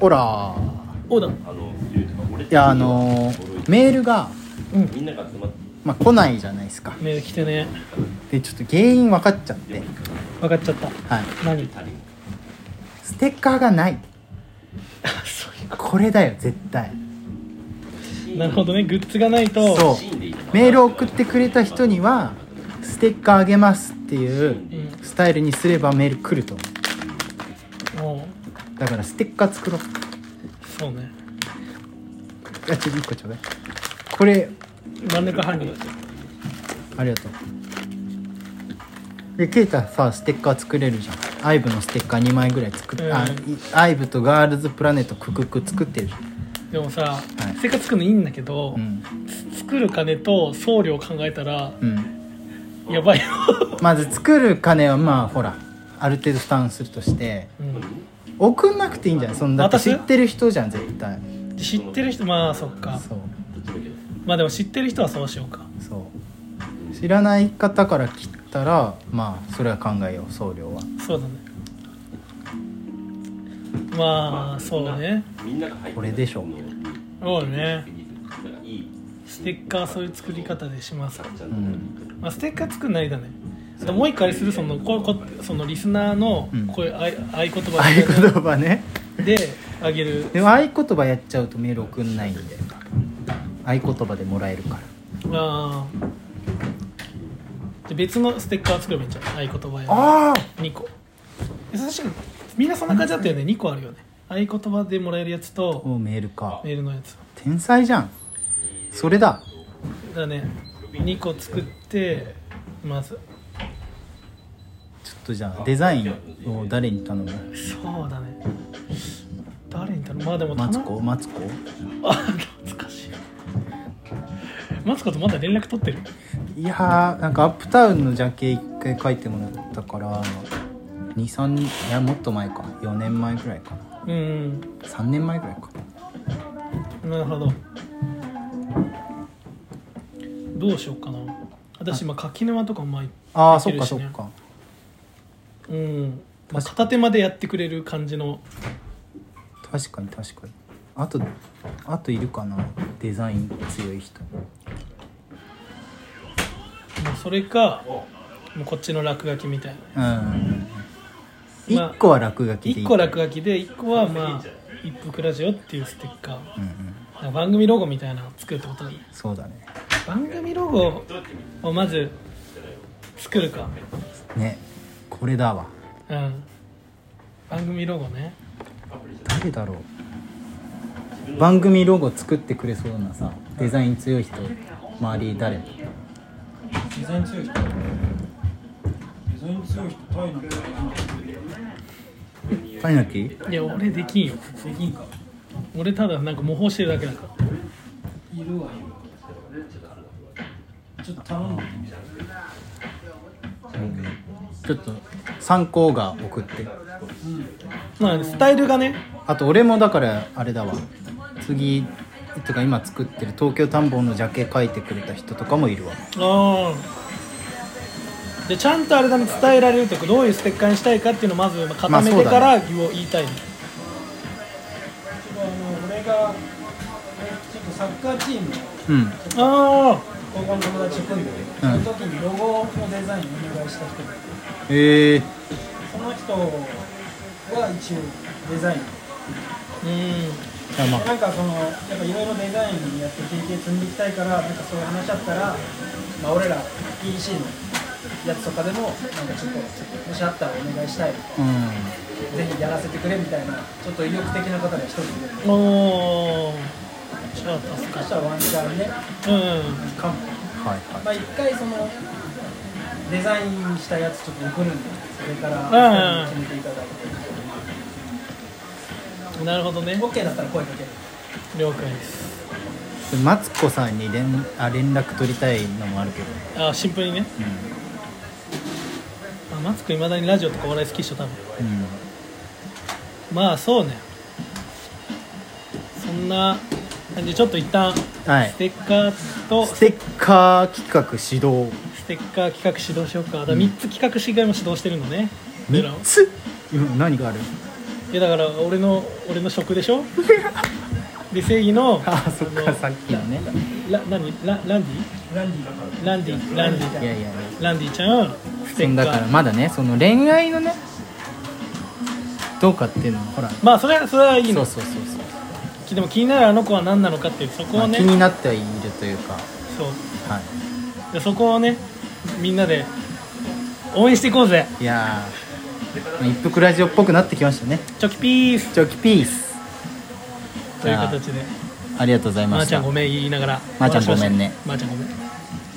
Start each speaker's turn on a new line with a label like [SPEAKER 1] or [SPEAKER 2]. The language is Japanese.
[SPEAKER 1] オラ
[SPEAKER 2] オーダー
[SPEAKER 3] あの言うても俺
[SPEAKER 1] いやあのーメールが、
[SPEAKER 3] みんなが集まって
[SPEAKER 1] まあ、来ないじゃないですか
[SPEAKER 2] メール来てね
[SPEAKER 1] でちょっと原因分かっちゃって
[SPEAKER 2] 分かっちゃった
[SPEAKER 1] はい
[SPEAKER 2] 何
[SPEAKER 1] ステッカーがない
[SPEAKER 2] そうい
[SPEAKER 1] これだよ絶対
[SPEAKER 2] うなるほどねグッズがないと
[SPEAKER 1] そう
[SPEAKER 3] シーンでいいのか
[SPEAKER 1] メールを送ってくれた人にはステッカーあげますっていう
[SPEAKER 2] うん
[SPEAKER 1] スタイルにすればメール来ると思
[SPEAKER 2] も
[SPEAKER 1] うだからステッカー作ろう
[SPEAKER 2] うそうね
[SPEAKER 1] あちょっと1個ちょうだいこれ
[SPEAKER 2] 真ん中犯人
[SPEAKER 1] ありがとうでケイタさステッカー作れるじゃんアイブのステッカー2枚ぐらい作っ、
[SPEAKER 2] うん
[SPEAKER 1] あいアイブとガールズプラネットククク作ってるじゃん
[SPEAKER 2] でもさ
[SPEAKER 1] い
[SPEAKER 2] 生活作るのいいんだけど、
[SPEAKER 1] うん
[SPEAKER 2] 作る金と送料考えたら
[SPEAKER 1] うん
[SPEAKER 2] やばいよ、
[SPEAKER 1] まず作る金はまあほらある程度負担するとして
[SPEAKER 2] うん
[SPEAKER 1] 送んなくていいんじゃないそんだって
[SPEAKER 2] 私
[SPEAKER 1] 知ってる人じゃん絶対
[SPEAKER 2] 知ってる人まあそっか
[SPEAKER 1] そう
[SPEAKER 2] まあでも知ってる人はそうしようか
[SPEAKER 1] そう知らない方から切ったらまあそれは考えよう送料は
[SPEAKER 2] そうだねまあそうね
[SPEAKER 3] みんなが入って
[SPEAKER 1] これでしょ
[SPEAKER 2] そうね
[SPEAKER 3] いい
[SPEAKER 2] ステッカーそういう作り方でします、
[SPEAKER 3] ちゃ
[SPEAKER 1] うん
[SPEAKER 3] と
[SPEAKER 1] ん
[SPEAKER 2] まあ、ステッカー作るなりだねあともう一回するそのここそのリスナーの
[SPEAKER 1] うん
[SPEAKER 2] こういう合い合言
[SPEAKER 1] 合言
[SPEAKER 2] 葉
[SPEAKER 1] 葉ね
[SPEAKER 2] であげる、
[SPEAKER 1] でも合言葉やっちゃうとメール送んないんで合言葉でもらえるから
[SPEAKER 2] まあで別のステッカー作ればいいんじゃない合言葉や
[SPEAKER 1] ああ
[SPEAKER 2] 2個えそしたらみんなそんな感じだったよね2個あるよね合言葉でもらえるやつと
[SPEAKER 1] おメールか
[SPEAKER 2] メールのやつ
[SPEAKER 1] 天才じゃんそれだ
[SPEAKER 2] だね2個作ってまず
[SPEAKER 1] ちょっとじゃあデザインを誰に頼む
[SPEAKER 2] そうだね誰に頼むまあでも
[SPEAKER 1] マ
[SPEAKER 2] 頼
[SPEAKER 1] ツ
[SPEAKER 2] む
[SPEAKER 1] コマツコ
[SPEAKER 2] あ懐かしいマツコとまだ連絡取ってる
[SPEAKER 1] いやーなんかアップタウンのジャケ一回書いてもらったから23いやもっと前か4年前ぐらいかな
[SPEAKER 2] うん
[SPEAKER 1] 3年前ぐらいか
[SPEAKER 2] なるほどどうしようかな私今柿沼とかうまい
[SPEAKER 1] ああ
[SPEAKER 2] でき
[SPEAKER 1] そっ
[SPEAKER 2] る
[SPEAKER 1] か
[SPEAKER 2] し
[SPEAKER 1] そ
[SPEAKER 2] ね
[SPEAKER 1] っか
[SPEAKER 2] うん、まあ、片手までやってくれる感じの
[SPEAKER 1] 確かに確かにあとあといるかなデザイン強い人
[SPEAKER 2] もうそれかもうこっちの落書きみたいな
[SPEAKER 1] うん
[SPEAKER 2] まあ
[SPEAKER 1] 1個は落書きでい
[SPEAKER 2] 1
[SPEAKER 1] い
[SPEAKER 2] 個落書きで1個はまあ「一服ラジオ」っていうステッカー
[SPEAKER 1] うんうん
[SPEAKER 2] なんか番組ロゴみたいなの作るってことだね
[SPEAKER 1] そうだね
[SPEAKER 2] 番組ロゴをまず作るか
[SPEAKER 1] ねこれだわ
[SPEAKER 2] うん番組ロゴね
[SPEAKER 1] 誰だろう番組ロゴ作ってくれそうなさデザイン強い人周り誰
[SPEAKER 4] デザイン強い人デザイン強い人タイの人
[SPEAKER 1] パイナキ
[SPEAKER 2] いや俺できんよ
[SPEAKER 4] できんか
[SPEAKER 2] 俺ただなんか模倣してるだけだか
[SPEAKER 4] いるはいるちょっと頼んでみて
[SPEAKER 1] ちょっと参考が送って
[SPEAKER 2] らまあスタイルがね
[SPEAKER 1] あと俺もだからあれだわ次とか今作ってる東京田んぼのジャケ描いてくれた人とかもいるわ
[SPEAKER 2] ああでちゃんとあれだね伝えられるとかどういうステッカーにしたいかっていうのをまず固めてか
[SPEAKER 1] まあ
[SPEAKER 2] ら言おう言いたいね
[SPEAKER 4] あの俺がちょっとサッカーチームの
[SPEAKER 1] うん
[SPEAKER 2] ああ
[SPEAKER 4] 高校の友達と組んで、その時にロゴのデザインをお願いした人がいて
[SPEAKER 1] えー、
[SPEAKER 4] その人は一応デザイン
[SPEAKER 2] うん
[SPEAKER 1] じゃあまあ
[SPEAKER 4] なんかそのやっぱいろいろデザインやって経験積んでいきたいからなんかそういう話あったら、まあ、俺ら PC のやつとかでもなんかちょっともしあったらお願いしたいぜ
[SPEAKER 1] う
[SPEAKER 4] ひやらせてくれみたいなちょっと意欲的な方が一人いるんで
[SPEAKER 2] おおじゃあ助
[SPEAKER 4] そ
[SPEAKER 2] か
[SPEAKER 4] したらワンチャンね
[SPEAKER 2] るうん
[SPEAKER 4] かも
[SPEAKER 1] んはいはい
[SPEAKER 4] まあ一回そのデザインしたやつちょっと送るんでそれから
[SPEAKER 2] うん
[SPEAKER 4] 決めていただいて、
[SPEAKER 2] なるほどね
[SPEAKER 4] OK だったら声かける
[SPEAKER 2] 了解です
[SPEAKER 1] でマツコさんに連あ連絡取りたいのもあるけど、
[SPEAKER 2] ああシンプルにねあマツコいまだにラジオとかお笑い好きっしょ多分
[SPEAKER 1] うんうん、
[SPEAKER 2] まあそうねそんな感じでちょっと一旦
[SPEAKER 1] はい
[SPEAKER 2] ステッカーと
[SPEAKER 1] ステッカー企画指導
[SPEAKER 2] ステッカー企画指導しようかだ3つ企画以外も指導してるのね
[SPEAKER 1] 3つ今何がある
[SPEAKER 2] いやだから俺の俺の職でしょ で正義の
[SPEAKER 1] あそっかさっきのね
[SPEAKER 2] ラ何ラランデ
[SPEAKER 4] ランディだか
[SPEAKER 2] ィランディランディ
[SPEAKER 1] いやいやいや
[SPEAKER 2] ランディちゃんステ
[SPEAKER 1] そ
[SPEAKER 2] ッカ
[SPEAKER 1] のだから
[SPEAKER 2] ー
[SPEAKER 1] まだねその恋愛のねどうかっていうのはほら
[SPEAKER 2] まあそれはそれはいい
[SPEAKER 1] そ
[SPEAKER 2] の
[SPEAKER 1] うそうそうそう、
[SPEAKER 2] でも気になるあの子は何なのかっていうそこ
[SPEAKER 1] ま
[SPEAKER 2] を
[SPEAKER 1] あ、
[SPEAKER 2] ね、
[SPEAKER 1] 気になってはいるというか
[SPEAKER 2] そう
[SPEAKER 1] は
[SPEAKER 2] でそこをねみんなで応援していこうぜ
[SPEAKER 1] いいやーまあ一服ラジオっぽくなってきましたね
[SPEAKER 2] チョキピース
[SPEAKER 1] チョキピース
[SPEAKER 2] という形で
[SPEAKER 1] ありがとうござい
[SPEAKER 2] ま
[SPEAKER 1] ま
[SPEAKER 2] ー
[SPEAKER 1] し
[SPEAKER 2] ちゃ
[SPEAKER 1] た
[SPEAKER 2] んごめん言いながら
[SPEAKER 1] まーちゃんごめんね
[SPEAKER 2] まーちゃんごめん